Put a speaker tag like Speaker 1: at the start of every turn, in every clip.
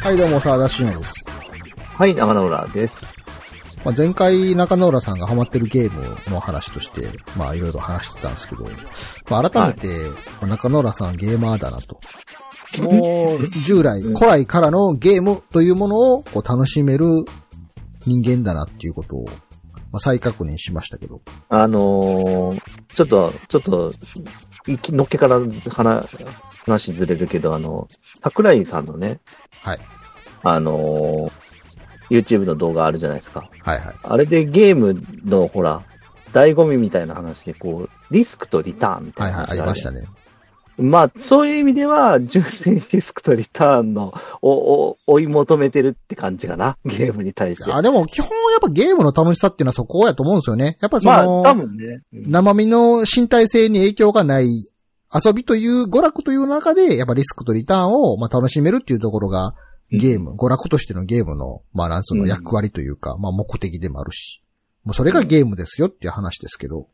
Speaker 1: はい、どうも、沢田信也です。
Speaker 2: はい、中野浦です。
Speaker 1: まあ、前回、中野浦さんがハマってるゲームの話として、まあ、いろいろ話してたんですけど、まあ、改めて、まあ中野浦さんゲーマーだな と。もう、従来、古来からのゲームというものをこう楽しめる人間だなっていうことを、まあ、再確認しましたけど。
Speaker 2: あのー、ちょっと、ちょっと、いきのっけから話、話ずれるけど、あの、桜井さんのね、
Speaker 1: はい。
Speaker 2: あのー、YouTube の動画あるじゃないですか。
Speaker 1: はいはい。
Speaker 2: あれでゲームの、ほら、醍醐味みたいな話で、こう、リスクとリターンみた
Speaker 1: はいい
Speaker 2: な
Speaker 1: はい、
Speaker 2: 話
Speaker 1: ありましたね。
Speaker 2: まあ、そういう意味では、純粋にリスクとリターンの、を、を追い求めてるって感じかな。ゲームに対して。
Speaker 1: あ、でも、基本やっぱゲームの楽しさっていうのはそこやと思うんですよね。やっぱそ
Speaker 2: まあ、
Speaker 1: の、
Speaker 2: 多分ね。うん
Speaker 1: 生身の身体性に影響がない遊びという娯楽という中で、やっぱリスクとリターンをまあ楽しめるっていうところが、ゲーム、娯楽としてのゲームの、まあなんつうの
Speaker 2: うん
Speaker 1: 役割というか、まあ目的でもあるし、もうそれがゲームですよっていう話ですけど、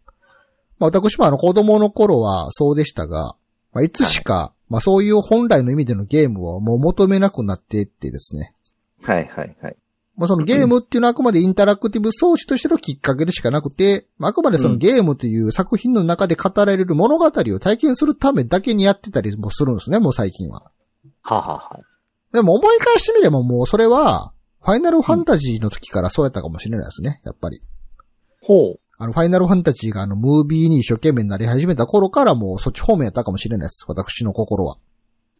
Speaker 1: まあ私もあの子供の頃はそうでしたが、まあいつしか、まあそういう本来の意味でのゲームをもう求めなくなっていってですね、
Speaker 2: はいはいはい。
Speaker 1: まあ、そのゲームっていうのはあくまでインタラクティブ装置としてのきっかけでしかなくて、まあ、あくまでそのゲームという作品の中で語られる物語を体験するためだけにやってたりもするんですね、もう最近は。
Speaker 2: はあはあはあ。
Speaker 1: でも思い返してみればもうそれは、ファイナルファンタジーの時からそうやったかもしれないですね、やっぱり。
Speaker 2: ほう。
Speaker 1: あの、ファイナルファンタジーがあの、ムービーに一生懸命になり始めた頃からもうそっち方面やったかもしれないです、私の心は。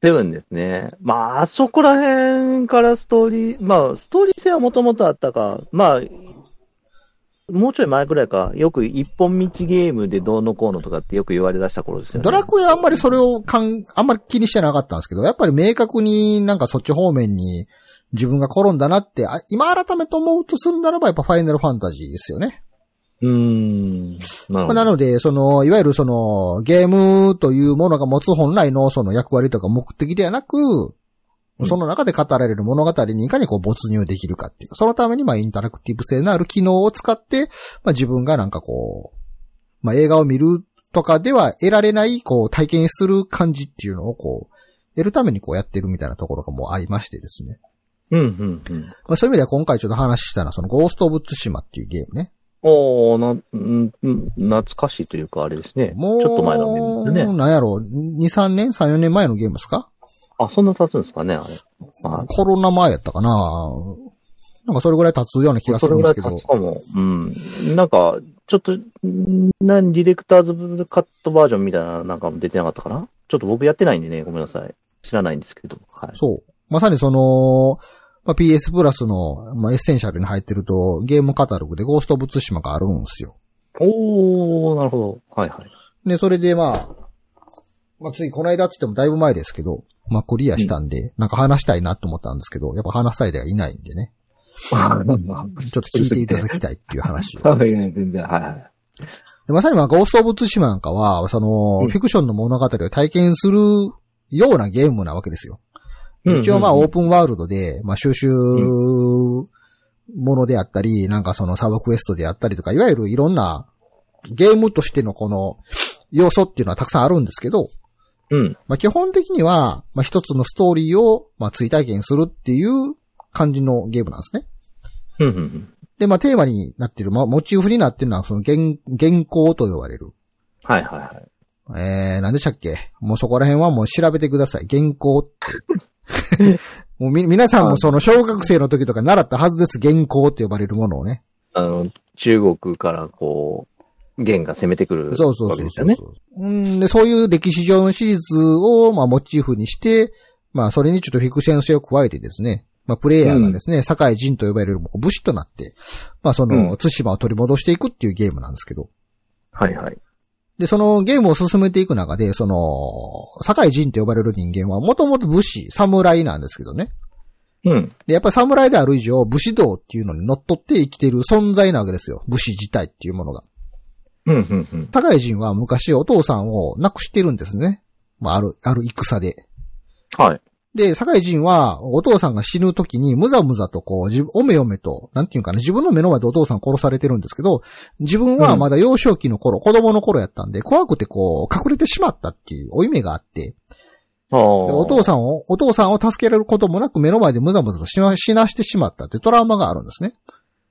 Speaker 2: セブンですね。まあ、あそこら辺からストーリー、まあ、ストーリー性はもともとあったか、まあ、もうちょい前くらいか、よく一本道ゲームでどうのこうのとかってよく言われ出した頃ですよね。
Speaker 1: ドラクエはあんまりそれをかん、あんまり気にしてなかったんですけど、やっぱり明確になんかそっち方面に自分が転んだなって、あ今改めて思うとするならばやっぱファイナルファンタジーですよね。
Speaker 2: うーん。なる
Speaker 1: ま
Speaker 2: ほ
Speaker 1: あ
Speaker 2: ど。
Speaker 1: なので、その、いわゆるそのゲームというものが持つ本来のその役割とか目的ではなく、
Speaker 2: うん
Speaker 1: その中で語られる物語にいかにこう没入できるかっていう。そのためにまあインタラクティブ性のある機能を使って、まあ自分がなんかこう、まあ映画を見るとかでは得られないこう体験する感じっていうのをこう、得るためにこうやってるみたいなところがもうありましてですね。
Speaker 2: うん、うん、うん。
Speaker 1: まあそういう意味では今回ちょっと話したのはそのゴースト・オブ・ツシマっていうゲームね。
Speaker 2: おー、な、うん、うん懐かしいというか、あれですね。
Speaker 1: もう、
Speaker 2: ちょっと前のゲームですね。
Speaker 1: なんやろう、2、3年 ?3、4年前のゲームですか
Speaker 2: あ、そんな経つんですかね、あれ。ま
Speaker 1: コロナ前やったかななんかそれぐらい経つような気
Speaker 2: あ、
Speaker 1: がす
Speaker 2: それ
Speaker 1: るん
Speaker 2: ぐ
Speaker 1: で
Speaker 2: ら
Speaker 1: す
Speaker 2: い
Speaker 1: け
Speaker 2: 経
Speaker 1: ど
Speaker 2: つ。かも。うん。なんか、ちょっと、んなんディレクターズカットバージョンみたいななんかも出てなかったかなちょっと僕やってないんでね、ごめんなさい。知らないんですけど。はい。
Speaker 1: そう。まさにその、まあ、PS プラスの、まあ、エッセンシャルに入ってると、ゲームカタログでゴースト・オブ・ツシマがあるんですよ。
Speaker 2: おー、なるほど。は いはい。
Speaker 1: で、それでまあ、まあ、ついこの間って言ってもだいぶ前ですけど、まあ、クリアしたんで、なんか話したいなと思ったんですけど、やっぱ話したいではいないんでね、ちょっと聞いていただきたいっていう話を。
Speaker 2: はいはい、全然。はいはい。
Speaker 1: でまさにまあ、ゴースト・オブ・ツシマなんかは、その、
Speaker 2: うん
Speaker 1: フィクションの物語を体験するようなゲームなわけですよ。
Speaker 2: うん
Speaker 1: 一応まあ、
Speaker 2: うん
Speaker 1: オープンワールドで、まあ、収集ものであったり、なんかそのサブクエストであったりとか、いわゆるいろんなゲームとしてのこの要素っていうのはたくさんあるんですけど、
Speaker 2: うん。
Speaker 1: まあ、基本的には、まあ、一つのストーリーを、まあ、追体験するっていう感じのゲームなんですね。
Speaker 2: うんうんうん。
Speaker 1: で、まあ、テーマになってる、まあ、モチーフになってるのは、その原、原稿と呼ばれる。
Speaker 2: はいはいはい。
Speaker 1: えー、何でしたっけもうそこら辺はもう調べてください。原稿って。 もうみ、皆さんもその小学生の時とか習ったはずです。原稿って呼ばれるものをね。
Speaker 2: あの、中国からこう、元が攻めてくる
Speaker 1: そうそう
Speaker 2: わけ
Speaker 1: そう
Speaker 2: です
Speaker 1: そ
Speaker 2: よ
Speaker 1: う
Speaker 2: ね。
Speaker 1: うんで、そういう歴史上の史実を、まあ、モチーフにして、まあ、それにちょっとフィクション性を加えてですね、まあ、プレイヤーがですね、堺人と呼ばれるもう武士となって、まあ、その、対馬を取り戻していくっていうゲームなんですけど。
Speaker 2: はいはい。
Speaker 1: で、そのゲームを進めていく中で、その、堺人と呼ばれる人間は、もともと武士、侍なんですけどね。
Speaker 2: うん。
Speaker 1: で、やっぱり侍である以上、武士道っていうのに乗っ取って生きてる存在なわけですよ。武士自体っていうものが。
Speaker 2: うんうんうん。
Speaker 1: 堺人は昔お父さんを亡くしてるんですね。まあ、ある、ある戦で。
Speaker 2: はい。
Speaker 1: で、堺人は、お父さんが死ぬ時に、むざむざとこう、じ、おめおめと、なんていうかな、自分の目の前でお父さん殺されてるんですけど、自分はまだ幼少期の頃、子供の頃やったんで、怖くてこう、隠れてしまったっていう、おい目があって、
Speaker 2: あ
Speaker 1: でお父さんを、お父さんを助けられることもなく目の前でむざむざと死な死なしてしまったってトラウマがあるんですね。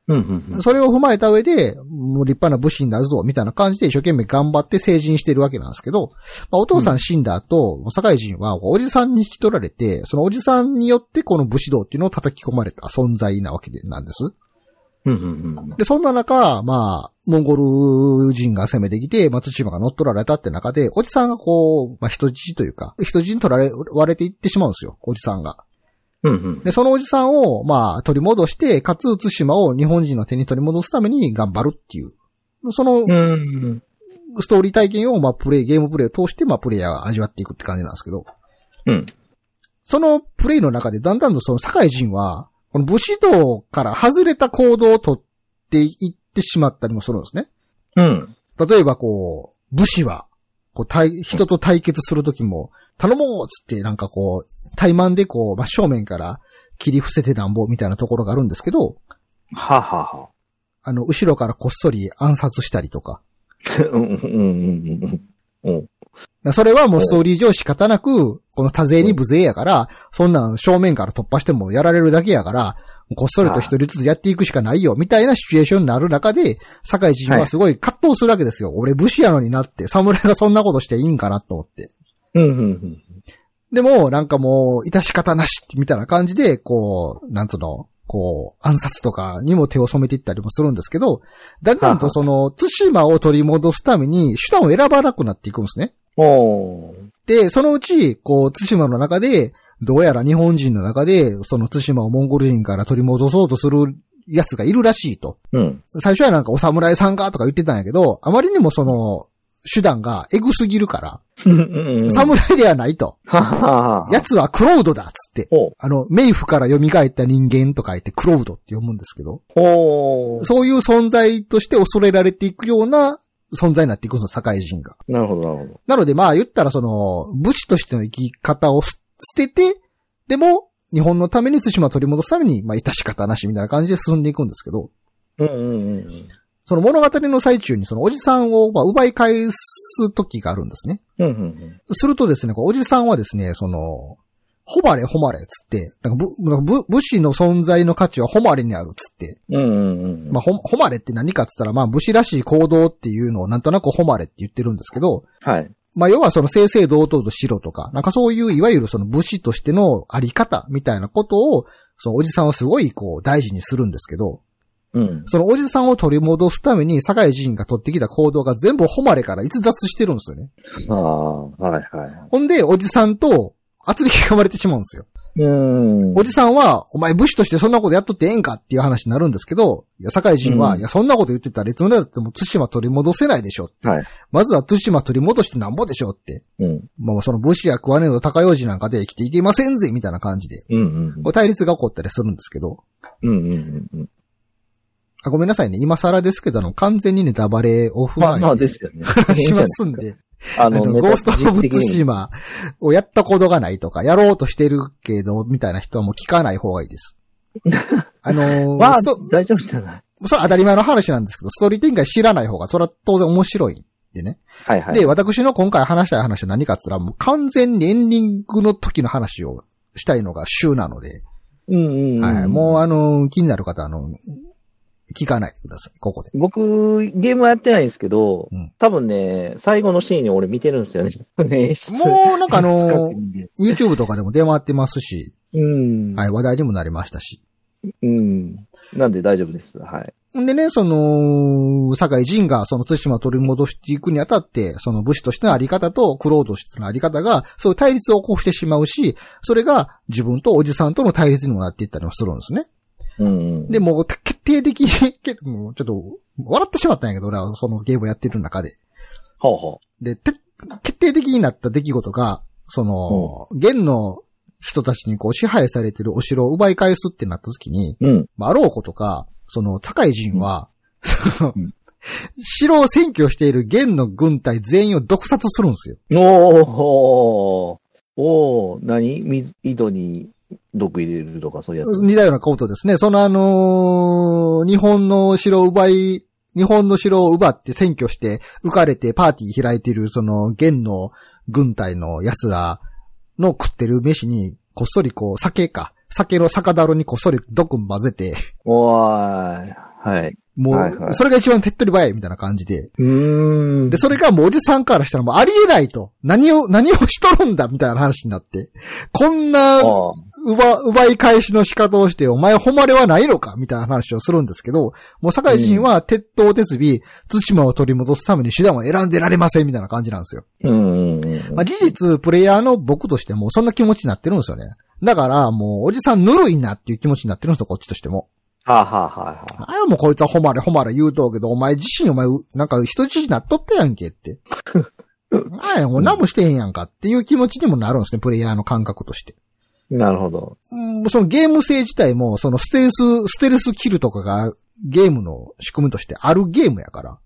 Speaker 2: ん。うん、うん、
Speaker 1: それを踏まえた上で、もう立派な武士になるぞ、みたいな感じで一生懸命頑張って成人してるわけなんですけど、まあ、お父さん死んだ後、社会人はおじさんに引き取られて、そのおじさんによってこの武士道っていうのを叩き込まれた存在なわけでなんです。
Speaker 2: うん、うん、うん。
Speaker 1: で、そんな中、まあ、モンゴル人が攻めてきて、松島が乗っ取られたって中で、おじさんがこう、まあ人質というか、人質に取られ、割れていってしまうんですよ、おじさんが。
Speaker 2: うん、うん。
Speaker 1: で、そのおじさんを、まあ、取り戻して、かつ、対馬を日本人の手に取り戻すために頑張るっていう。その
Speaker 2: うん、うん。
Speaker 1: ストーリー体験を、まあ、プレイ、ゲームプレイを通して、まあ、プレイヤーが味わっていくって感じなんですけど、
Speaker 2: うん。
Speaker 1: そのプレイの中で、だんだんとその、堺人は、この武士道から外れた行動をとっていってしまったりもするんですね。
Speaker 2: うん。
Speaker 1: 例えば、こう、武士は、こう、対、人と対決するときも、頼もうっつって、なんかこう、怠慢でこう、真正面から切り伏せてなんぼみたいなところがあるんですけど、
Speaker 2: ははは。
Speaker 1: あの、後ろからこっそり暗殺したりとか、
Speaker 2: うん、うん、うん、うん。うん。
Speaker 1: それはもうストーリー上仕方なく、この多勢に無勢やから、そんなん正面から突破してもやられるだけやから、こっそりと一人ずつやっていくしかないよ、みたいなシチュエーションになる中で、堺井人はすごい葛藤するわけですよ。俺武士やのになって、侍がそんなことしていいんかなと思って。
Speaker 2: うん、うん、うん。
Speaker 1: でも、なんかもう、致し方なし、みたいな感じで、こう、なんつうの、こう、暗殺とかにも手を染めていったりもするんですけど、だんだんとその、対馬を取り戻すために手段を選ばなくなっていくんですね。
Speaker 2: おー。
Speaker 1: で、そのうち、こう、対馬の中で、どうやら日本人の中で、その対馬をモンゴル人から取り戻そうとする奴がいるらしいと。
Speaker 2: うん。
Speaker 1: 最初はなんかお侍さんかとか言ってたんやけど、あまりにもその、手段がエグすぎるから、
Speaker 2: うん、うん。は
Speaker 1: 侍ではないと。
Speaker 2: はは。
Speaker 1: 奴はクロウドだっつって。
Speaker 2: ほう。
Speaker 1: あの、冥府から蘇った人間と書いてクロウドって読むんですけど、
Speaker 2: ほう。
Speaker 1: そういう存在として恐れられていくような存在になっていくんですよ、堺人が。
Speaker 2: なるほど、なるほど。
Speaker 1: なのでまあ言ったらその、武士としての生き方を捨てて、でも、日本のために対馬を取り戻すために、まあ、致し方なしみたいな感じで進んでいくんですけど、
Speaker 2: うん、うん、うん。
Speaker 1: その物語の最中にそのおじさんを、まあ、奪い返す時があるんですね。
Speaker 2: うん、うん、
Speaker 1: するとですね、こうおじさんはですね、その、誉れ誉れっつって、なんかぶなんかぶ武士の存在の価値は誉れにあるっつって、
Speaker 2: うん。うん、うん、うん。
Speaker 1: まあ、ほ、誉れって何かっつったら、まあ、武士らしい行動っていうのをなんとなく誉れって言ってるんですけど、
Speaker 2: はい。
Speaker 1: まあ、要はその正々堂々としろとか、なんかそういういわゆるその武士としてのあり方みたいなことを、そのおじさんはすごいこう大事にするんですけど、
Speaker 2: うん。
Speaker 1: そのおじさんを取り戻すために、堺人が取ってきた行動が全部誉れから逸脱してるんですよね。
Speaker 2: ああ、はい、は
Speaker 1: ほんで、おじさんと、圧力が生まれてしまうんですよ。
Speaker 2: い。うん。
Speaker 1: おじさんは、お前武士としてそんなことやっとってええんかっていう話になるんですけど、いや、堺人は、
Speaker 2: うん
Speaker 1: いや、そんなこと言ってたらいつまでだっても対馬取り戻せないでしょ。
Speaker 2: はい。
Speaker 1: まずは対馬取り戻してなんぼでしょって。
Speaker 2: うん。
Speaker 1: まあ、その武士や食わねえの高用事なんかで生きていけませんぜ、みたいな感じで。
Speaker 2: うん、うん
Speaker 1: こ。う対立が起こったりするんですけど。
Speaker 2: うん、うん、うん。
Speaker 1: あごめんなさいね。今更ですけど、あの、完全にネタバレを踏
Speaker 2: まあ、ま
Speaker 1: ま
Speaker 2: あ
Speaker 1: え
Speaker 2: で
Speaker 1: て
Speaker 2: すよね。
Speaker 1: 話しますんで。
Speaker 2: あ
Speaker 1: あの、
Speaker 2: の、
Speaker 1: ゴースト・オブ・ツ
Speaker 2: に。
Speaker 1: シマをやったことがないとか、やろうとしてるけど、みたいな人はもう聞かない方がいい です。あのー
Speaker 2: まあ
Speaker 1: スト、
Speaker 2: 大丈夫じゃない。
Speaker 1: それは当たり前の話なんですけど、ストーリー展開知らない方が、それは当然面白いんでね。
Speaker 2: はい、はい。
Speaker 1: で、私の今回話したい話は何かって言ったら、もう完全にエンディングの時の話をしたいのが週なので、
Speaker 2: うん、うんうん。
Speaker 1: はい、もうあのー気になる方は、あの聞かないでください、ここで。
Speaker 2: 僕、ゲームはやってないんですけど、
Speaker 1: うん
Speaker 2: 多分ね、最後のシーンを俺見てるんですよね。 ね
Speaker 1: もうなんかあのー、
Speaker 2: う、
Speaker 1: YouTube とかでも出回ってますし、
Speaker 2: うん。
Speaker 1: はい、話題にもなりましたし。
Speaker 2: うん。なんで大丈夫です。はい。
Speaker 1: んでね、その、堺井仁がその対馬を取り戻していくにあたって、その武士としてのあり方とクロードとしてのあり方が、そういう対立を起こしてしまうし、それが自分とおじさんとの対立にもなっていったりもするんですね。
Speaker 2: うん。
Speaker 1: で、もう決定的に、けもうちょっと、笑ってしまったんやけど、俺はそのゲームをやってる中で。
Speaker 2: ほうほ
Speaker 1: で、て決定的になった出来事が、その、元の人たちにこう支配されてるお城を奪い返すってなった時に、
Speaker 2: う。うん。
Speaker 1: まあ、あろうことか、その、堺人は、その
Speaker 2: うん
Speaker 1: 城を占拠している元の軍隊全員を毒殺するんですよ。
Speaker 2: おーおー何水、井戸に毒入れるとかそういうやつ。
Speaker 1: 似たようなことですね。そのあのー日本の城を奪い、日本の城を奪って占拠して、浮かれてパーティー開いているその元の軍隊の奴らの食ってる飯に、こっそりこう、酒か。酒の酒だろにこっそり毒混ぜて、
Speaker 2: おーい。はい。
Speaker 1: も
Speaker 3: はいは
Speaker 1: う、
Speaker 3: い
Speaker 1: それが一番手っ取り早いみたいな感じで。
Speaker 2: うーん
Speaker 1: で、。それがもうおじさんからしたらもうありえないと。何を、何をしとるんだみたいな話になって。こんな、
Speaker 2: あ
Speaker 1: 奪、奪い返しの仕方をして、お前誉れはないのかみたいな話をするんですけど、もう堺人は鉄塔鉄尾、対馬を取り戻すために手段を選んでられませんみたいな感じなんですよ。
Speaker 2: うんうんうん。
Speaker 1: まあ、事実、プレイヤーの僕としてもそんな気持ちになってるんですよね。だから、もう、おじさんぬるいなっていう気持ちになってるんですよ、こっちとしても。
Speaker 2: はあ、はあはあはあ、
Speaker 1: ああ、もうこいつは誉れ誉れ言うとうけど、お前自身、お前、うなんか人質になっとったやんけって。ああ、もう何もしてへんやんかっていう気持ちにもなるんですね、プレイヤーの感覚として。
Speaker 2: なるほど。
Speaker 1: うんそのゲーム性自体も、そのステルス、ステルスキルとかがゲームの仕組みとしてあるゲームやから。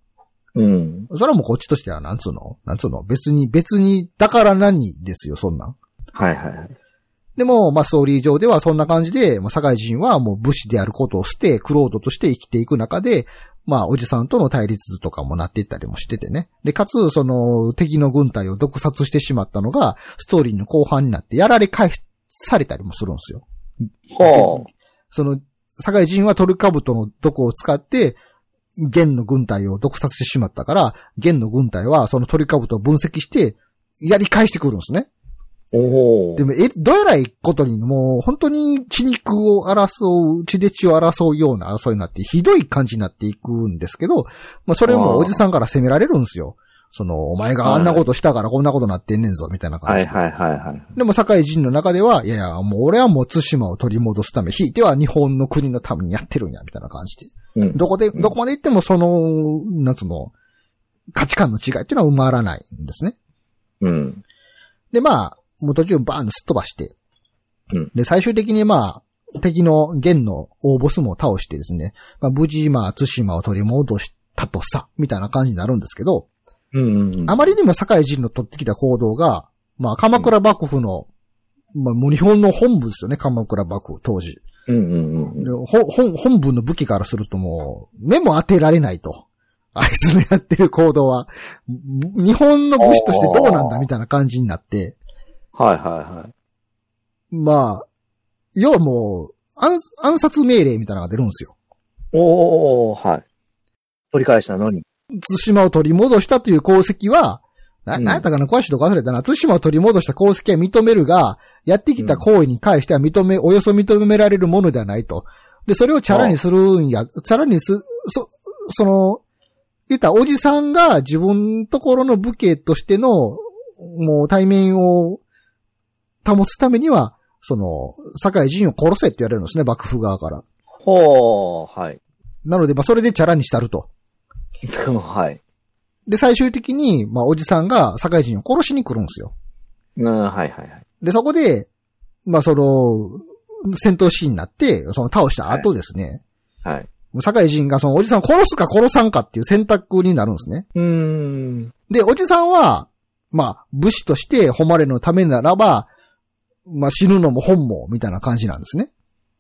Speaker 2: うん。
Speaker 1: それはもうこっちとしては、なんつうのなんつうの別に、別に、だから何ですよ、そんなん。
Speaker 2: はいはいはい。
Speaker 1: でも、まあ、ストーリー上ではそんな感じで、まあ、堺人はもう武士であることを捨て、クロードとして生きていく中で、まあ、おじさんとの対立とかもなっていったりもしててね。で、かつ、その、敵の軍隊を毒殺してしまったのが、ストーリーの後半になってやられ返されたりもするんですよ。
Speaker 2: ほう。
Speaker 1: その、堺人はトルカブトの毒を使って、元の軍隊を毒殺してしまったから、元の軍隊はそのトルカブトを分析して、やり返してくるんですね。
Speaker 2: おお
Speaker 1: で。も、え、どえらいことに、もう、本当に血肉を争う、血で血を争うような争いになって、ひどい感じになっていくんですけど、まあ、それもおじさんから責められるんですよ。その、お前があんなことしたからこんなことなってんねんぞ、みたいな感
Speaker 2: は
Speaker 1: じ
Speaker 2: い
Speaker 1: で。
Speaker 2: はいはいはい。
Speaker 1: でも、堺人の中では、いやいや、もう俺はもう津島を取り戻すため、ひいては日本の国のためにやってるんや、みたいな感じで。
Speaker 2: うん。
Speaker 1: どこで、どこまで行ってもその、なんつうの、価値観の違いっていうのは埋まらないんですね。
Speaker 2: うん。
Speaker 1: で、まあ、もう途中バーンとすっ飛ばして、
Speaker 2: うん
Speaker 1: で、最終的にまあ、敵の元の大ボスも倒してですね、まあ、無事まあ、津島を取り戻したとさ、みたいな感じになるんですけど、
Speaker 2: うんうん。
Speaker 1: あまりにも堺人の取ってきた行動が、まあ、鎌倉幕府の、まあ、もう日本の本部ですよね、鎌倉幕府当時。
Speaker 2: うんうんうん。
Speaker 1: でほ本本部の武器からするともう、目も当てられないと。あいつのやってる行動は、ぶ日本の武士としてどうなんだみたいな感じになって、
Speaker 2: はいはいはい。
Speaker 1: まあ、要はもう、暗暗殺命令みたいなのが出るんですよ。
Speaker 2: おおはい。取り返したのに。
Speaker 1: 津島を取り戻したという功績は、な、
Speaker 2: うん
Speaker 1: なんやったかな、詳しいとこ忘れたな。津島を取り戻した功績は認めるが、やってきた行為に関しては認め、およそ認められるものではないと。で、それをチャラにするんや、チャラにす、そ、その、言ったらおじさんが自分ところの武家としての、もう対面を保つためには、その、堺人を殺せって言われるんですね、幕府側から。
Speaker 2: ほう、はい。
Speaker 1: なので、まあ、それでチャラにしたると。
Speaker 2: はい。
Speaker 1: で、最終的に、まあ、おじさんが堺人を殺しに来るんですよ。
Speaker 2: うん、はいはいはい。
Speaker 1: で、そこで、まあ、その、戦闘シーンになって、その倒した後ですね、
Speaker 2: はい。
Speaker 1: 堺人がそのおじさんを殺すか殺さんかっていう選択になるんですね。
Speaker 2: うーん。
Speaker 1: で、おじさんは、まあ、武士として誉れのためならば、まあ、死ぬのも本望みたいな感じなんですね。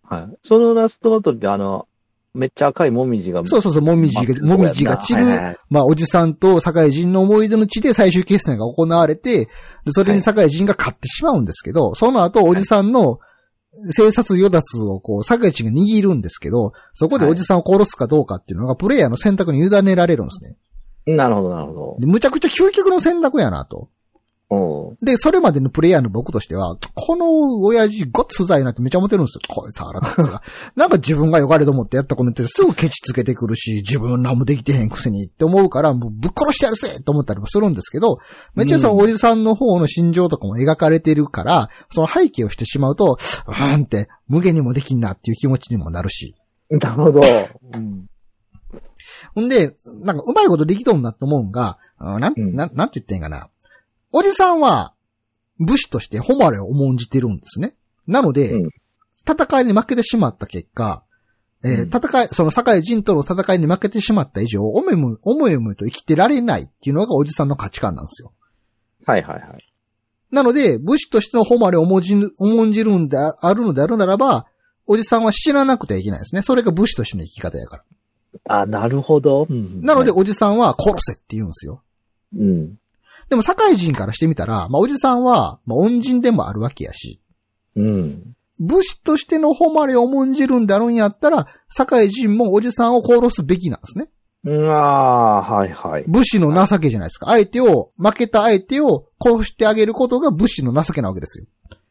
Speaker 2: はい。そのラストバトルってあの、めっちゃ赤いモミジが。
Speaker 1: そうそうそう、もみじが、もみじが散る、
Speaker 2: はいはいはい
Speaker 1: まあ、おじさんと堺人の思い出の地で最終決戦が行われて、でそれに堺人が勝ってしまうんですけど、その後、おじさんの生殺与奪をこう、堺人が握るんですけど、そこでおじさんを殺すかどうかっていうのが、プレイヤーの選択に委ねられるんですね。
Speaker 2: なるほど、なるほ
Speaker 1: でむちゃくちゃ究極の選択やなと。
Speaker 2: ど。うん。
Speaker 1: で、それまでのプレイヤーの僕としては、この親父ごっつうざいなってめちゃ思ってるんですよ。こいつ腹立つが。 なんか自分が良かれと思ってやったことにってすぐケチつけてくるし、自分何もできてへんくせにって思うから、もうぶっ殺してやるぜと思ったりもするんですけど、めっちゃそのおじさんの方の心情とかも描かれてるから、その背景をしてしまうと、うーんって無限にもできんなっていう気持ちにもなるし。
Speaker 2: なるほど。うん。
Speaker 1: ほんで、なんかうまいことできとんなと思うんが、うんなん、
Speaker 2: うん
Speaker 1: なん、なんて言ってんかな。おじさんは、武士として誉れを重んじてるんですね。なので、
Speaker 2: うん
Speaker 1: 戦いに負けてしまった結果、えー
Speaker 2: うん
Speaker 1: 戦い、その堺人との戦いに負けてしまった以上、思いも、思いもと生きてられないっていうのがおじさんの価値観なんですよ。
Speaker 2: はいはいはい。
Speaker 1: なので、武士としての誉れを重んじる、重んじるんでああるのであるならば、おじさんは知らなくてはいけないですね。それが武士としての生き方やから。
Speaker 2: あ、なるほど。うん
Speaker 1: なので、、おじさんは殺せって言うんですよ。
Speaker 2: うん。
Speaker 1: でも、社会人からしてみたら、まあ、おじさんは、まあ、恩人でもあるわけやし、
Speaker 2: うん。
Speaker 1: 武士としての誉れを重んじるんだろうんやったら、社会人もおじさんを殺すべきなんですね。
Speaker 2: うん、ああー、はいはい。
Speaker 1: 武士の情けじゃないですか。相手を、負けた相手を殺してあげることが武士の情けなわけですよ。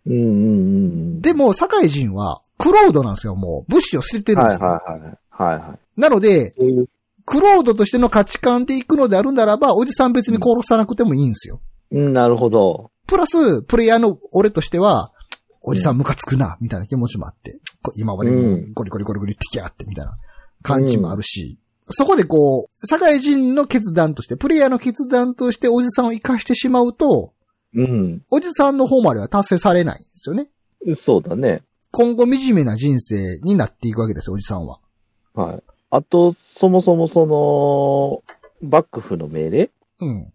Speaker 2: うんうんうん。
Speaker 1: でも、社会人は、クロードなんですよ、もう。武士を捨ててるん
Speaker 2: は
Speaker 1: で
Speaker 2: い
Speaker 1: すよ。
Speaker 2: はいはい。はいはい。
Speaker 1: なので、
Speaker 2: そういう。
Speaker 1: クロードとしての価値観で行くのであるならば、おじさん別に殺さなくてもいいんですよ。
Speaker 2: うん、なるほど。
Speaker 1: プラス、プレイヤーの俺としては、おじさんムカつくな、みたいな気持ちもあって、こ今までも
Speaker 2: うん
Speaker 1: ゴリゴリゴリゴリってきやって、みたいな感じもあるし、そこでこう、社会人の決断として、プレイヤーの決断としておじさんを生かしてしまうと、
Speaker 2: うん。
Speaker 1: おじさんの方までは達成されないんですよね。
Speaker 2: そうだね。
Speaker 1: 今後惨めな人生になっていくわけですよ、おじさんは。
Speaker 2: はい。あと、そもそもその、幕府の命令
Speaker 1: うん。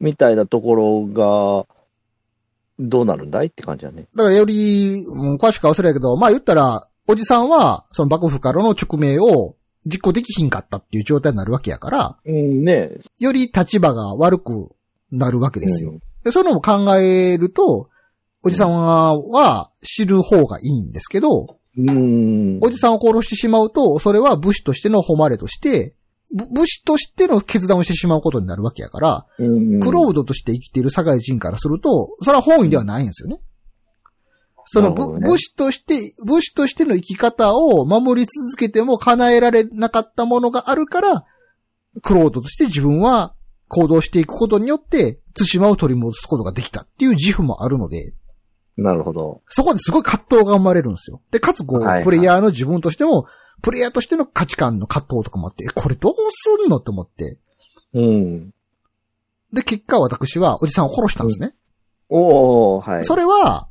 Speaker 2: みたいなところが、どうなるんだいって感じだね。
Speaker 1: だからより、うん、詳しくは忘れないけど、まあ言ったら、おじさんは、その幕府からの直命を実行できひんかったっていう状態になるわけやから、
Speaker 2: うんね。
Speaker 1: より立場が悪くなるわけですよ。
Speaker 2: うん
Speaker 1: でそういうのも考えると、おじさんは知る方がいいんですけど、
Speaker 2: うん。
Speaker 1: おじさんを殺してしまうと、それは武士としての誉れとして、ぶ武士としての決断をしてしまうことになるわけやから、
Speaker 2: うん
Speaker 1: クロードとして生きている社会人からすると、それは本意ではないんですよね。その
Speaker 2: なるほ
Speaker 1: 武、
Speaker 2: どね
Speaker 1: 武士として、武士としての生き方を守り続けても叶えられなかったものがあるから、クロードとして自分は行動していくことによって、対馬を取り戻すことができたっていう自負もあるので、
Speaker 2: なるほど。
Speaker 1: そこですごい葛藤が生まれるんですよ。で、かつこう、
Speaker 2: はいはい
Speaker 1: プレイヤーの自分としても、プレイヤーとしての価値観の葛藤とかもあって、えこれどうすんのって思って。
Speaker 2: うん。
Speaker 1: で、結果私はおじさんを殺したんですね。
Speaker 2: おー、はい。
Speaker 1: それは、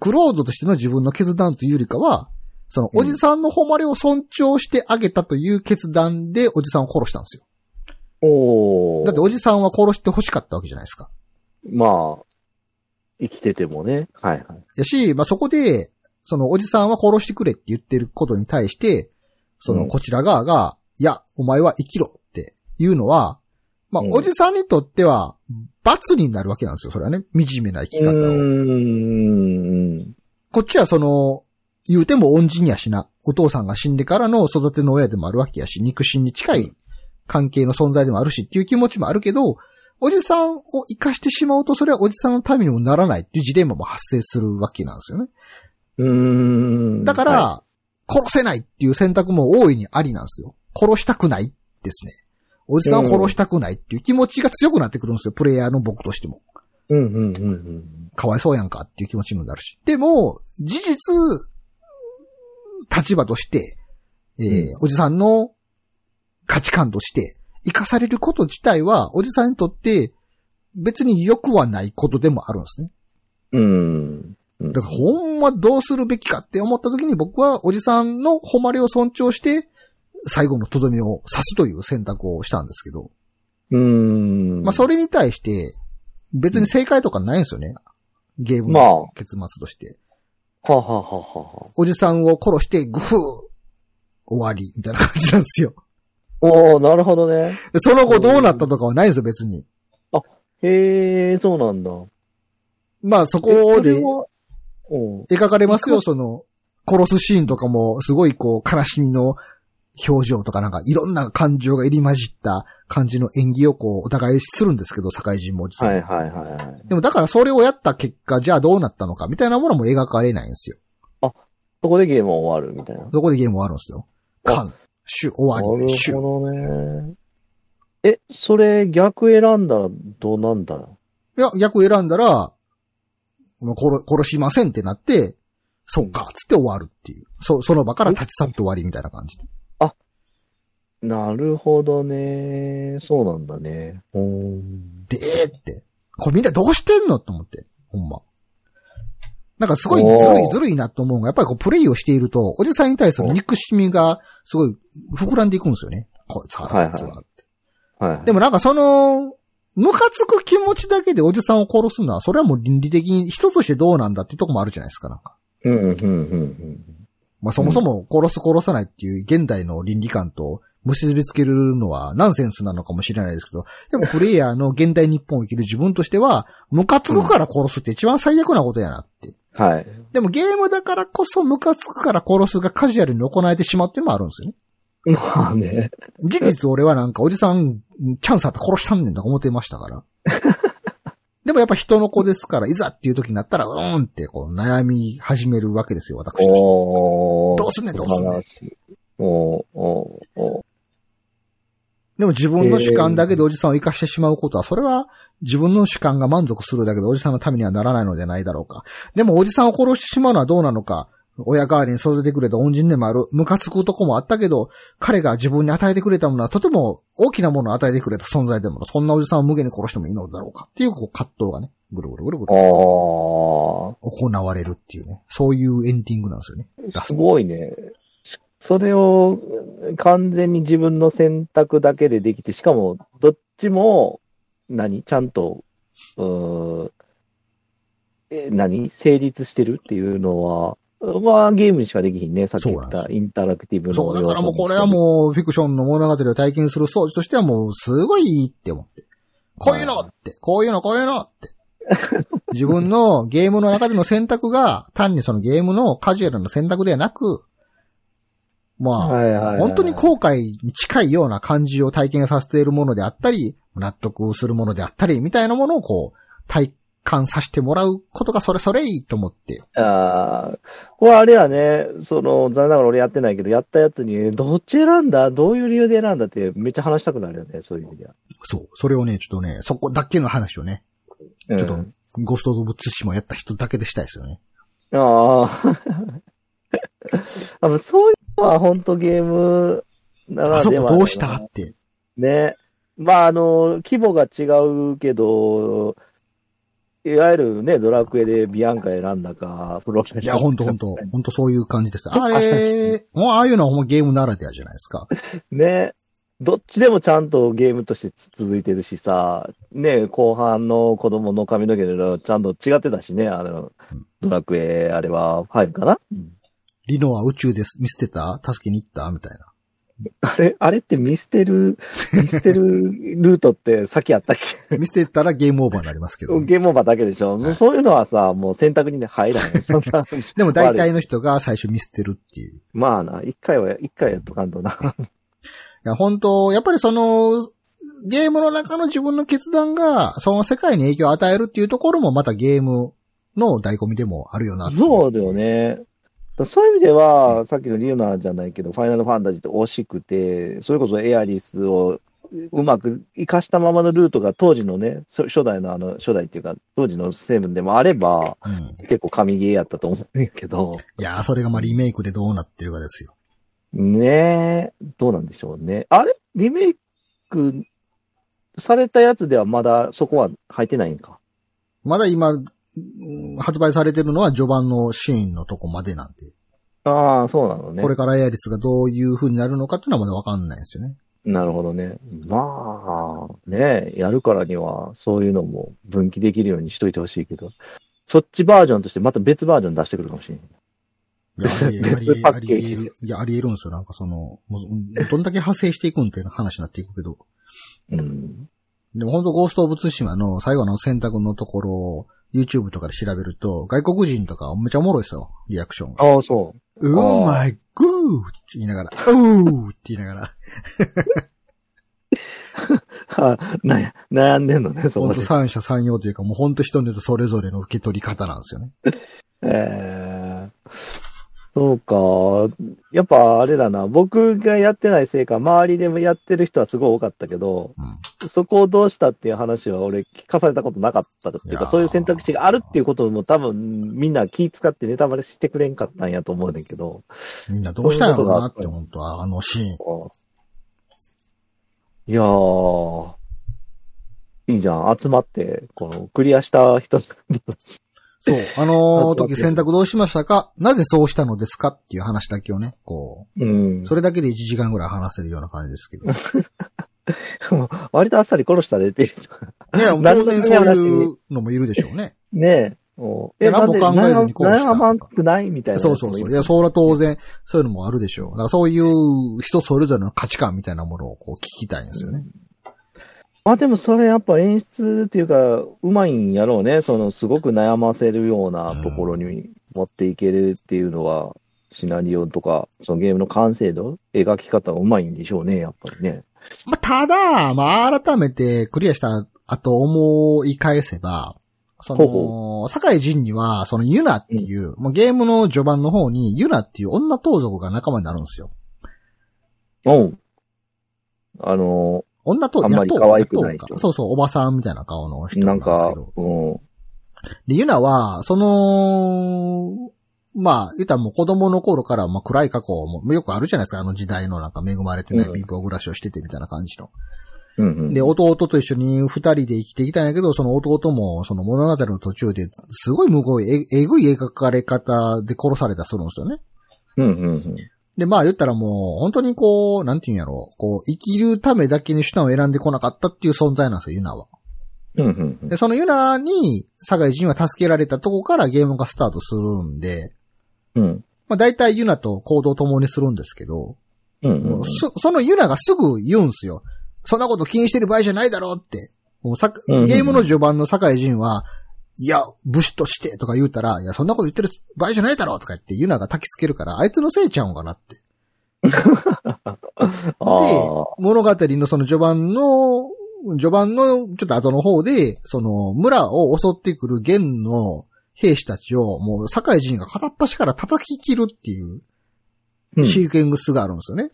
Speaker 1: クロードとしての自分の決断というよりかは、その、
Speaker 2: うん
Speaker 1: おじさんの誉れを尊重してあげたという決断でおじさんを殺したんですよ。
Speaker 2: おー。
Speaker 1: だっておじさんは殺して欲しかったわけじゃないですか。
Speaker 2: まあ、生きててもね。はいはい。
Speaker 1: やし、まあ、そこで、その、おじさんは殺してくれって言ってることに対して、そうの、
Speaker 2: ん
Speaker 1: こちら側が、いや、お前は生きろっていうのは、まあ
Speaker 2: う、ん
Speaker 1: おじさんにとっては、罰になるわけなんですよ。それはね、惨めな生き
Speaker 2: う
Speaker 1: 方を。
Speaker 2: ーん。
Speaker 1: こっちはその、言うても恩人やしな。お父さんが死んでからの育ての親でもあるわけやし、肉親に近い関係の存在でもあるしっていう気持ちもあるけど、おじさんを生かしてしまうと、それはおじさんのためにもならないっていうジレンマも発生するわけなんですよね。
Speaker 2: うーん。
Speaker 1: だから、殺せないっていう選択も大いにありなんですよ。殺したくないですね。おじさんを殺したくないっていう気持ちが強くなってくるんですよ。プレイヤーの僕としても。
Speaker 2: うんうんうんうん。
Speaker 1: かわいそうやんかっていう気持ちにもなるし。でも、事実、立場として、えーおじさんの価値観として、生かされること自体は、おじさんにとって、別に良くはないことでもあるんですね。
Speaker 2: うん。
Speaker 1: だから、ほんまどうするべきかって思った時に僕は、おじさんの誉れを尊重して、最後のとどめを刺すという選択をしたんですけど、
Speaker 2: うーん。
Speaker 1: まあ、それに対して、別に正解とかないんですよね。ゲーム
Speaker 2: まあ、
Speaker 1: の
Speaker 2: は
Speaker 1: 結末として。
Speaker 2: あ、はあはあはあ。
Speaker 1: おじさんを殺して、グフー、終わり、みたいな感じなんですよ。
Speaker 2: おー、なるほどね。
Speaker 1: でその後どうなったとかはないんですよ、別に。
Speaker 2: へえ、そうなんだ。
Speaker 1: まあそこ
Speaker 2: え
Speaker 1: で
Speaker 2: それはおう
Speaker 1: 描かれます
Speaker 2: い
Speaker 1: よ、
Speaker 2: く
Speaker 1: その、殺すシーンとかも、すごいこう、悲しみの表情とかなんか、いろんな感情が入り混じった感じの演技をこう、お互いするんですけど、社会人もおじさん。
Speaker 2: はいはいはいはい。
Speaker 1: でもだからそれをやった結果、じゃあどうなったのか、みたいなものも描かれないんですよ。
Speaker 2: そこでゲームは終わるみたいな。
Speaker 1: そこでゲーム終わるんですよ。
Speaker 2: あ
Speaker 1: 完、終、終わり、
Speaker 2: な
Speaker 1: 終
Speaker 2: る。ほどね。え、それ逆選んだらどうなんだろ
Speaker 1: いや、逆選んだら、もう殺殺しませんってなって、そうか、つって終わるっていう。そ、その場から立ち去って終わりみたいな感じで。
Speaker 2: うなるほどね。そうなんだね。うーん。
Speaker 1: で、えーって。これみんなどうしてんのと思って。ほんま。なんかすごいずる
Speaker 2: お
Speaker 1: い
Speaker 2: ー
Speaker 1: ずるいなと思うのが、やっぱりこうプレイをしていると、おじさんに対する憎しみがすごい膨らんでいくんですよね。こいつは、
Speaker 2: はいはい
Speaker 1: こいつは。
Speaker 2: はい。
Speaker 1: でもなんかその、ムカつく気持ちだけでおじさんを殺すのは、それはもう倫理的に人としてどうなんだっていうとこもあるじゃないですか、なんか。
Speaker 2: うん、うん、うん、うん。
Speaker 1: まあそもそも殺す殺さないっていう現代の倫理観と結びつけるのはナンセンスなのかもしれないですけど、でもプレイヤーの現代日本を生きる自分としては、ムカつくから殺すって一番最悪なことやなって。
Speaker 2: はい。
Speaker 1: でもゲームだからこそムカつくから殺すがカジュアルに行えてしまうっていうのもあるんですよね。
Speaker 2: まあね。
Speaker 1: 事実俺はなんかおじさん、チャンスあって殺したんねんとか思ってましたから。 でもやっぱ人の子ですから、いざっていう時になったら、うーんってこう悩み始めるわけですよ、私として。
Speaker 2: おー。
Speaker 1: どうすんねんどうすんねん
Speaker 2: おー、おー、お
Speaker 1: でも自分の主観だけでおじさんを生かしてしまうことは、それは自分の主観が満足するだけでおじさんのためにはならないのではないだろうか。でもおじさんを殺してしまうのはどうなのか。親代わりに育ててくれた恩人でもある、ムカつく男もあったけど、彼が自分に与えてくれたものはとても大きなものを与えてくれた存在でもある、そんなおじさんを無限に殺してもいいのだろうかっていうこう葛藤がね、ぐるぐるぐるぐ
Speaker 2: ー。
Speaker 1: る
Speaker 2: お
Speaker 1: 行われるっていうね、そういうエンディングなんですよね。ラ
Speaker 2: ー。す
Speaker 1: スト
Speaker 2: ごいね。それを完全に自分の選択だけでできて、しかも、どっちも、何ちゃんと、うーんえ何成立してるっていうのは、まあゲームにしかできひんね。さっき言っ
Speaker 1: そうなん
Speaker 2: たインタラクティブの要
Speaker 1: そ
Speaker 2: 素
Speaker 1: う、
Speaker 2: に
Speaker 1: だ
Speaker 2: し
Speaker 1: か
Speaker 2: て
Speaker 1: らもうこれはもうフィクションの物語を体験する装置としてはもうすごいいいって思って。こういうのって、こういうのこういうのって。 自分のゲームの中での選択が単にそのゲームのカジュアルな選択ではなく、まあ、
Speaker 2: はいはいはい
Speaker 1: 本当に後悔に近いような感じを体験させているものであったり、納得するものであったり、みたいなものをこう、体感させてもらうことがそれそれいいと思って、
Speaker 2: ああ、これあれやね、その、残念ながら俺やってないけど、やったやつに、どっち選んだどういう理由で選んだってめっちゃ話したくなるよね、そういう意味では。
Speaker 1: そう、それをね、ちょっとね、そこだけの話をね、
Speaker 2: うん
Speaker 1: ちょっと、ゴースト・オブ・ツシマやった人だけでしたいですよね。
Speaker 2: あ あ。あのそういうのは本当ゲームな
Speaker 1: あ
Speaker 2: ら
Speaker 1: そ
Speaker 2: で
Speaker 1: こ
Speaker 2: は
Speaker 1: どうしたって。
Speaker 2: ね。まあ、あの、規模が違うけど、いわゆるね、ドラクエでビアンカ選んだか、プロフェッ
Speaker 1: い
Speaker 2: シ
Speaker 1: や、
Speaker 2: ョナル
Speaker 1: ほんとほんと、ほんとそういう感じでした。あれ、もうああいうのはほんまゲームならではじゃないですか。
Speaker 2: ね、どっちでもちゃんとゲームとしてつ続いてるしさ、ね、後半の子供の髪の毛の色はちゃんと違ってたしね、あの
Speaker 1: うん、
Speaker 2: ドラクエ、あれは5かな、
Speaker 1: リノは宇宙です見捨てた助けに行ったみたいな。
Speaker 2: あれ、あれって見捨て る、見捨てるルートってさっきあったっけ
Speaker 1: 見捨てたらゲームオーバーになりますけど。
Speaker 2: ゲームオーバーだけでしょ、
Speaker 1: はい
Speaker 2: そういうのはさ、もう選択にね入ら ない。そんな
Speaker 1: でも大体の人が最初見捨てるっていう。い
Speaker 2: まあな、一回は、一回やっとかんとな。
Speaker 1: や、本当やっぱりその、ゲームの中の自分の決断が、その世界に影響を与えるっていうところもまたゲームの醍醐味でもあるよな。
Speaker 2: そうだよ。ね。だそういう意味では、さっきのリオナじゃないけど、ファイナルファンタジーって惜しくて、それこそエアリスをうまく活かしたままのルートが当時のね、そ初代のあの、初代っていうか、当時のセブンでもあれば、
Speaker 1: うん。
Speaker 2: 結構神ゲーやったと思うんやけど、
Speaker 1: いや、それがまあリメイクでどうなってるかですよ。
Speaker 2: ねえ、どうなんでしょうね。あれリメイクされたやつではまだそこは入ってないんか。
Speaker 1: まだ今、うん発売されてるのは序盤のシーンのとこまでなんで、
Speaker 2: ああ、そうなのね。
Speaker 1: これからエアリスがどういう風になるのかっていうのはまだわかんないんですよね。
Speaker 2: なるほどね。まあ、ね、やるからには、そういうのも分岐できるようにしといてほしいけど、そっちバージョンとしてまた別バージョン出してくるかもしれない。
Speaker 1: いや、ありえ、ありえ、
Speaker 2: パ
Speaker 1: あ
Speaker 2: ッケー
Speaker 1: り
Speaker 2: ジ
Speaker 1: える、いや、ありえるんですよ。なんかその、もううんどんだけ派生していくんっていう話になっていくけど。
Speaker 2: うん。
Speaker 1: でも本当ゴースト・オブ・ツシマの最後の選択のところを YouTube とかで調べると、外国人とかめっちゃおもろいですよ。リアクションが。
Speaker 2: ああ、そ
Speaker 1: おーマイグーって言いながら、おーって言いながら、
Speaker 2: う。はなや、 悩んでんのね、そ
Speaker 1: ほ
Speaker 2: こ
Speaker 1: んと
Speaker 2: で。
Speaker 1: 三者三様というか、もうほんと人によってそれぞれの受け取り方なんですよね。
Speaker 2: えーそうか。やっぱあれだな。僕がやってないせいか、周りでもやってる人はすごい多かったけど、
Speaker 1: うん。
Speaker 2: そこをどうしたっていう話は俺聞かされたことなかったっていう
Speaker 1: いや
Speaker 2: か、
Speaker 1: ー
Speaker 2: そういう選択肢があるっていうことも多分みんな気使ってネタバレしてくれんかったんやと思うねんだけど。
Speaker 1: みんなどうしたんやろうなって、本当は、あのシーン。
Speaker 2: いやー、いいじゃん。集まって、この、クリアした人、
Speaker 1: そう、あの ー時選択どうしましたかなぜそうしたのですかっていう話だけをね、こ
Speaker 2: うん
Speaker 1: う、。それだけで1時間ぐらい話せるような感じですけ ど。
Speaker 2: 割とあっさり殺したでっていう人
Speaker 1: ね、当然そういうのもいるでしょうね。
Speaker 2: ねお
Speaker 1: いや何も考えずにこうした
Speaker 2: 悩まんくないみたいな。
Speaker 1: そうそうそう。いや、それは当然、そういうのもあるでしょう。だからそういう人それぞれの価値観みたいなものをこう聞きたいんですよね。
Speaker 2: まあでもそれやっぱ演出っていうか、うまいんやろうね。そのすごく悩ませるようなところに持っていけるっていうのは、シナリオとか、そのゲームの完成度、描き方うまいんでしょうね、やっぱりね。
Speaker 1: まあ、ただ、まあ、改めてクリアした後思い返せば、そ
Speaker 2: ほう
Speaker 1: の、酒井仁には、そのユナっていう、もうゲームの序盤の方にユナっていう女盗賊が仲間になるんですよ。
Speaker 2: うん。あの、
Speaker 1: 女盗
Speaker 2: あんまり
Speaker 1: 雇う
Speaker 2: 可愛くない
Speaker 1: 雇う
Speaker 2: 人
Speaker 1: かそうそう、おばさんみたいな顔の人な
Speaker 2: なんん
Speaker 1: ですけ
Speaker 2: か
Speaker 1: ど。、
Speaker 2: うん。
Speaker 1: で、ユナは、その、まあ、言ったらもう子供の頃から、まあ暗い過去もよくあるじゃないですか、あの時代のなんか恵まれてない
Speaker 2: うん
Speaker 1: 貧乏暮らしをしててみたいな感じの。
Speaker 2: うんうん。
Speaker 1: で、弟と一緒に二人で生きてきたんやけど、その弟もその物語の途中ですごい向こうえ、えぐい描かれ方で殺されたそうなんですよね。
Speaker 2: うんうんうん。
Speaker 1: で、まあ言ったらもう、本当にこう、なんていうんやろう、こう、生きるためだけに手段を選んでこなかったっていう存在なんですよ、ユナは。
Speaker 2: うんうんうん
Speaker 1: で、そのユナに、酒井仁は助けられたとこからゲームがスタートするんで、
Speaker 2: うん。
Speaker 1: まあ大体ユナと行動を共にするんですけど、
Speaker 2: うんうん
Speaker 1: もうすそのユナがすぐ言うんすよ。そんなこと気にしてる場合じゃないだろうって。もうさ
Speaker 2: うんうん
Speaker 1: ゲームの序盤の酒井仁は、いや、武士としてとか言うたら、いや、そんなこと言ってる場合じゃないだろうとか言ってユナが焚きつけるから、あいつのせいちゃうんかなって。
Speaker 2: あ
Speaker 1: で
Speaker 2: あ。、
Speaker 1: 物語のその序盤の、序盤のちょっと後の方で、その村を襲ってくる元の兵士たちを、もう堺人が片っ端から叩き切るっていう
Speaker 2: うん
Speaker 1: シークエンスがあるんですよね。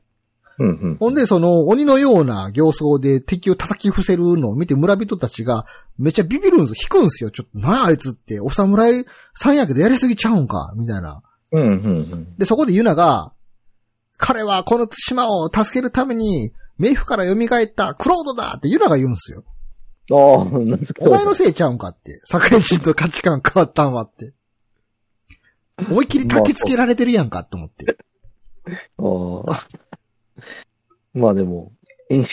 Speaker 2: うんうん。
Speaker 1: ほんで、その鬼のような形相で敵を叩き伏せるのを見て村人たちがめっちゃビビるんですよ。引くんですよ。ちょっと、なああいつって、お侍三役でやりすぎちゃうんか、みたいな。
Speaker 2: うんうんうん。
Speaker 1: で、そこでユナが、彼はこの島を助けるために、冥府から蘇ったクロードだってユナが言うんすよ。
Speaker 2: ああ、なんですけ
Speaker 1: お
Speaker 2: ど。
Speaker 1: 前のせいちゃうんかって。堺人と価値観変わったんはって。思いっきり焚きつけられてるやんかって思 って。
Speaker 2: ああ。 まあでも、いい、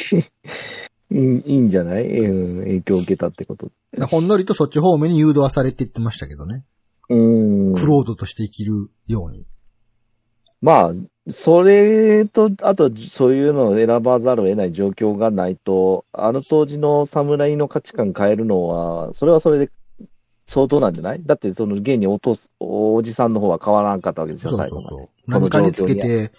Speaker 2: いいんじゃないうん影響を受けたってこと。
Speaker 1: ほんのりとそっち方面に誘導はされていってましたけどね。
Speaker 2: うん。
Speaker 1: クロードとして生きるように。
Speaker 2: まあ、それと、あと、そういうのを選ばざるを得ない状況がないと、あの当時の侍の価値観変えるのは、それはそれで相当なんじゃないだって、その現におとすおじさんの方は変わらんかったわけです
Speaker 1: そ
Speaker 2: よ、
Speaker 1: うそう
Speaker 2: 最後まで。
Speaker 1: そう。何かにつけて、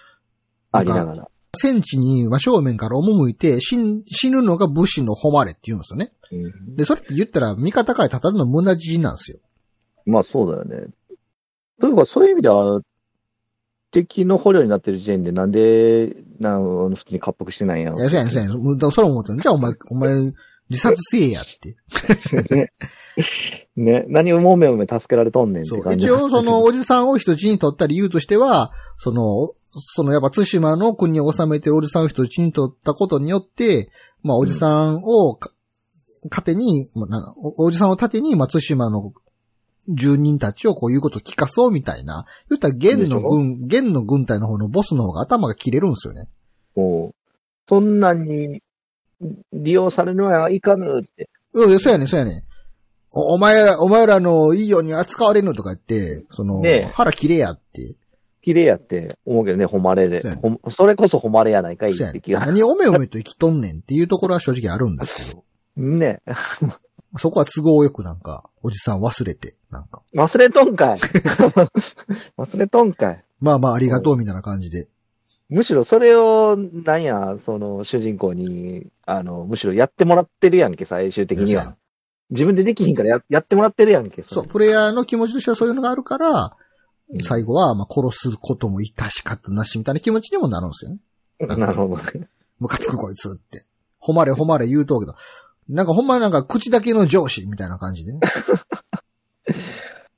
Speaker 2: ありながら。
Speaker 1: 戦地に真正面から赴いて死ん死ぬのが武士の誉れって言うんですよね。
Speaker 2: うん
Speaker 1: で、それって言ったら味方からたたるの無駄じなんですよ。
Speaker 2: まあそうだよね。というか、そういう意味では、敵の捕虜になってる時点で、なんで、なん普通に割腹してないんや
Speaker 1: い
Speaker 2: ろ
Speaker 1: や、そうやねん、そうやねん。もうだからそれ思ったのじゃあお前、お前、自殺せえやって。
Speaker 2: ね。 ね、何をもめもめ助けられとんねんっ
Speaker 1: そ
Speaker 2: て
Speaker 1: う。
Speaker 2: 感じ。
Speaker 1: 一応、その、おじさんを人質に取った理由としては、その、その、やっぱ、津島の国を治めてるおじさんを人質に取ったことによって、まあ、おじさんをか、糧に、まあなおおじさんを盾に、まあ、津島の住人たちをこういうこと聞かそうみたいな。言ったら、元の軍、元の軍隊の方のボスの方が頭が切れるんですよね。
Speaker 2: もう、そんなに利用されるのはいかぬって。
Speaker 1: うん、そうやねん、そうやねん。おお前ら、お前らのいいように扱われんのとか言って、その、
Speaker 2: ねえ
Speaker 1: 腹切れやって。
Speaker 2: 綺麗やって思うけどね、誉
Speaker 1: そ
Speaker 2: れ
Speaker 1: う
Speaker 2: で。
Speaker 1: やね
Speaker 2: ほんそれこそ誉れやないかいっ
Speaker 1: そうやね
Speaker 2: て
Speaker 1: ん
Speaker 2: 気が。
Speaker 1: 何おめおめと生きとんねんっていうところは正直あるんです けど、
Speaker 2: ね。
Speaker 1: そこは都合よくなんか、おじさん忘れて、なんか、
Speaker 2: 忘れとんかい。 忘れとんかい。
Speaker 1: まあまあありがとうみたいな感じで。
Speaker 2: むしろそれを、なんや、その主人公に、あの、むしろやってもらってるやんけ、最終的に
Speaker 1: そうや
Speaker 2: は。自分でできひんからややってもらってるやんけ。
Speaker 1: そう、
Speaker 2: れ
Speaker 1: プレイヤーの気持ちとしてはそういうのがあるから、
Speaker 2: うん
Speaker 1: 最後は、まあ、殺すことも致し方なしみたいな気持ちにもなるんですよね。
Speaker 2: なるほど。
Speaker 1: ムカつくこいつって。誉れ誉れ言うとうけど、なんかほんまなんか口だけの上司みたいな感 じでね。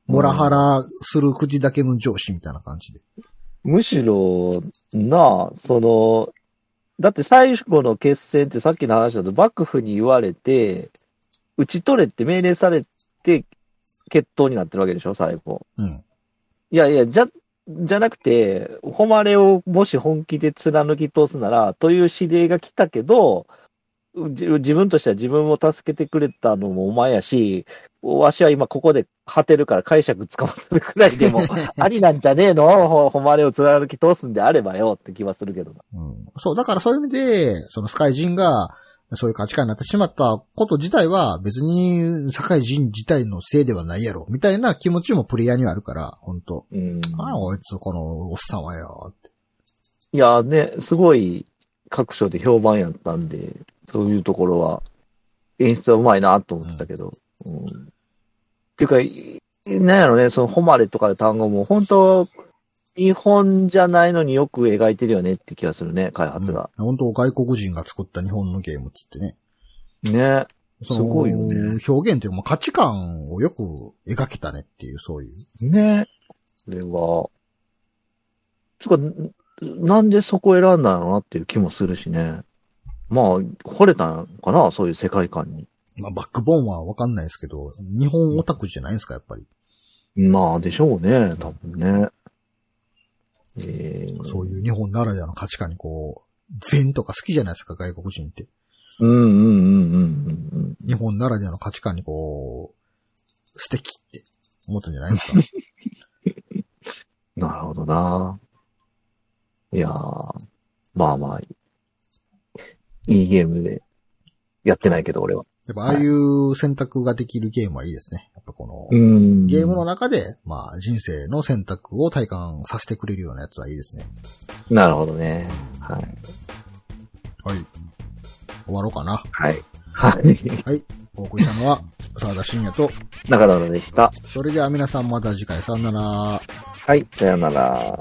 Speaker 1: モラハラする口だけの上司みたいな感じで。
Speaker 2: むしろ、なあ、その、だって最後の決戦ってさっきの話だと幕府に言われて、打ち取れって命令されて、決闘になってるわけでしょ、最後。
Speaker 1: うん。
Speaker 2: いやいや、じゃ、じゃなくて、誉れをもし本気で貫き通すなら、という指令が来たけど、じ自分としては自分を助けてくれたのもお前やし、わしは今ここで果てるから解釈つかまってるくらいでも、ありなんじゃねえのほ誉れを貫き通すんであればよって気はするけどな。
Speaker 1: うんそう、だからそういう意味で、そのスカイ人が、そういう価値観になってしまったこと自体は別に、社会人自体のせいではないやろ、みたいな気持ちもプレイヤーにはあるから、本当
Speaker 2: うん。
Speaker 1: ああ、こいつ、このおっさんはよ、って。
Speaker 2: いやね、すごい各所で評判やったんで、そういうところは演出はうまいなと思ってたけど。うんっていうかい、なんやろね、その誉れとかいう単語も本当、日本じゃないのによく描いてるよねって気がするね、開発が。
Speaker 1: うん本当外国人が作った日本のゲームっつってね。
Speaker 2: ね。
Speaker 1: そ
Speaker 2: すごいよね
Speaker 1: 表現というか、まあ価値観をよく描けたねっていう、そういう。
Speaker 2: ね。これは。つうか、んなんでそこ選んだのなっていう気もするしね。まあ、惚れたんかな、そういう世界観に。
Speaker 1: まあ、バックボーンはわかんないですけど、日本オタクじゃないですか、やっぱり。
Speaker 2: まあ、でしょうね、多分ね。えー、
Speaker 1: そういう日本ならではの価値観にこう、善とか好きじゃないですか、外国人って。
Speaker 2: うんうんうんうんうん
Speaker 1: 日本ならではの価値観にこう、素敵って思ったんじゃないですか。
Speaker 2: うん。なるほどな。いやー、まあまあ、いいゲームで、やってないけど、俺は。
Speaker 1: やっぱああいう選択ができるゲームはいいですね。やっぱこの、
Speaker 2: ん
Speaker 1: ゲームの中で、まあ人生の選択を体感させてくれるようなやつはいいですね。
Speaker 2: なるほどね。はい。
Speaker 1: はい。終わろうかな。
Speaker 2: はい。はい。
Speaker 1: お送りしたのは、沢田信也と、
Speaker 2: 中野でした。
Speaker 1: それでは皆さんまた次回さようなら。
Speaker 2: はい、さよなら。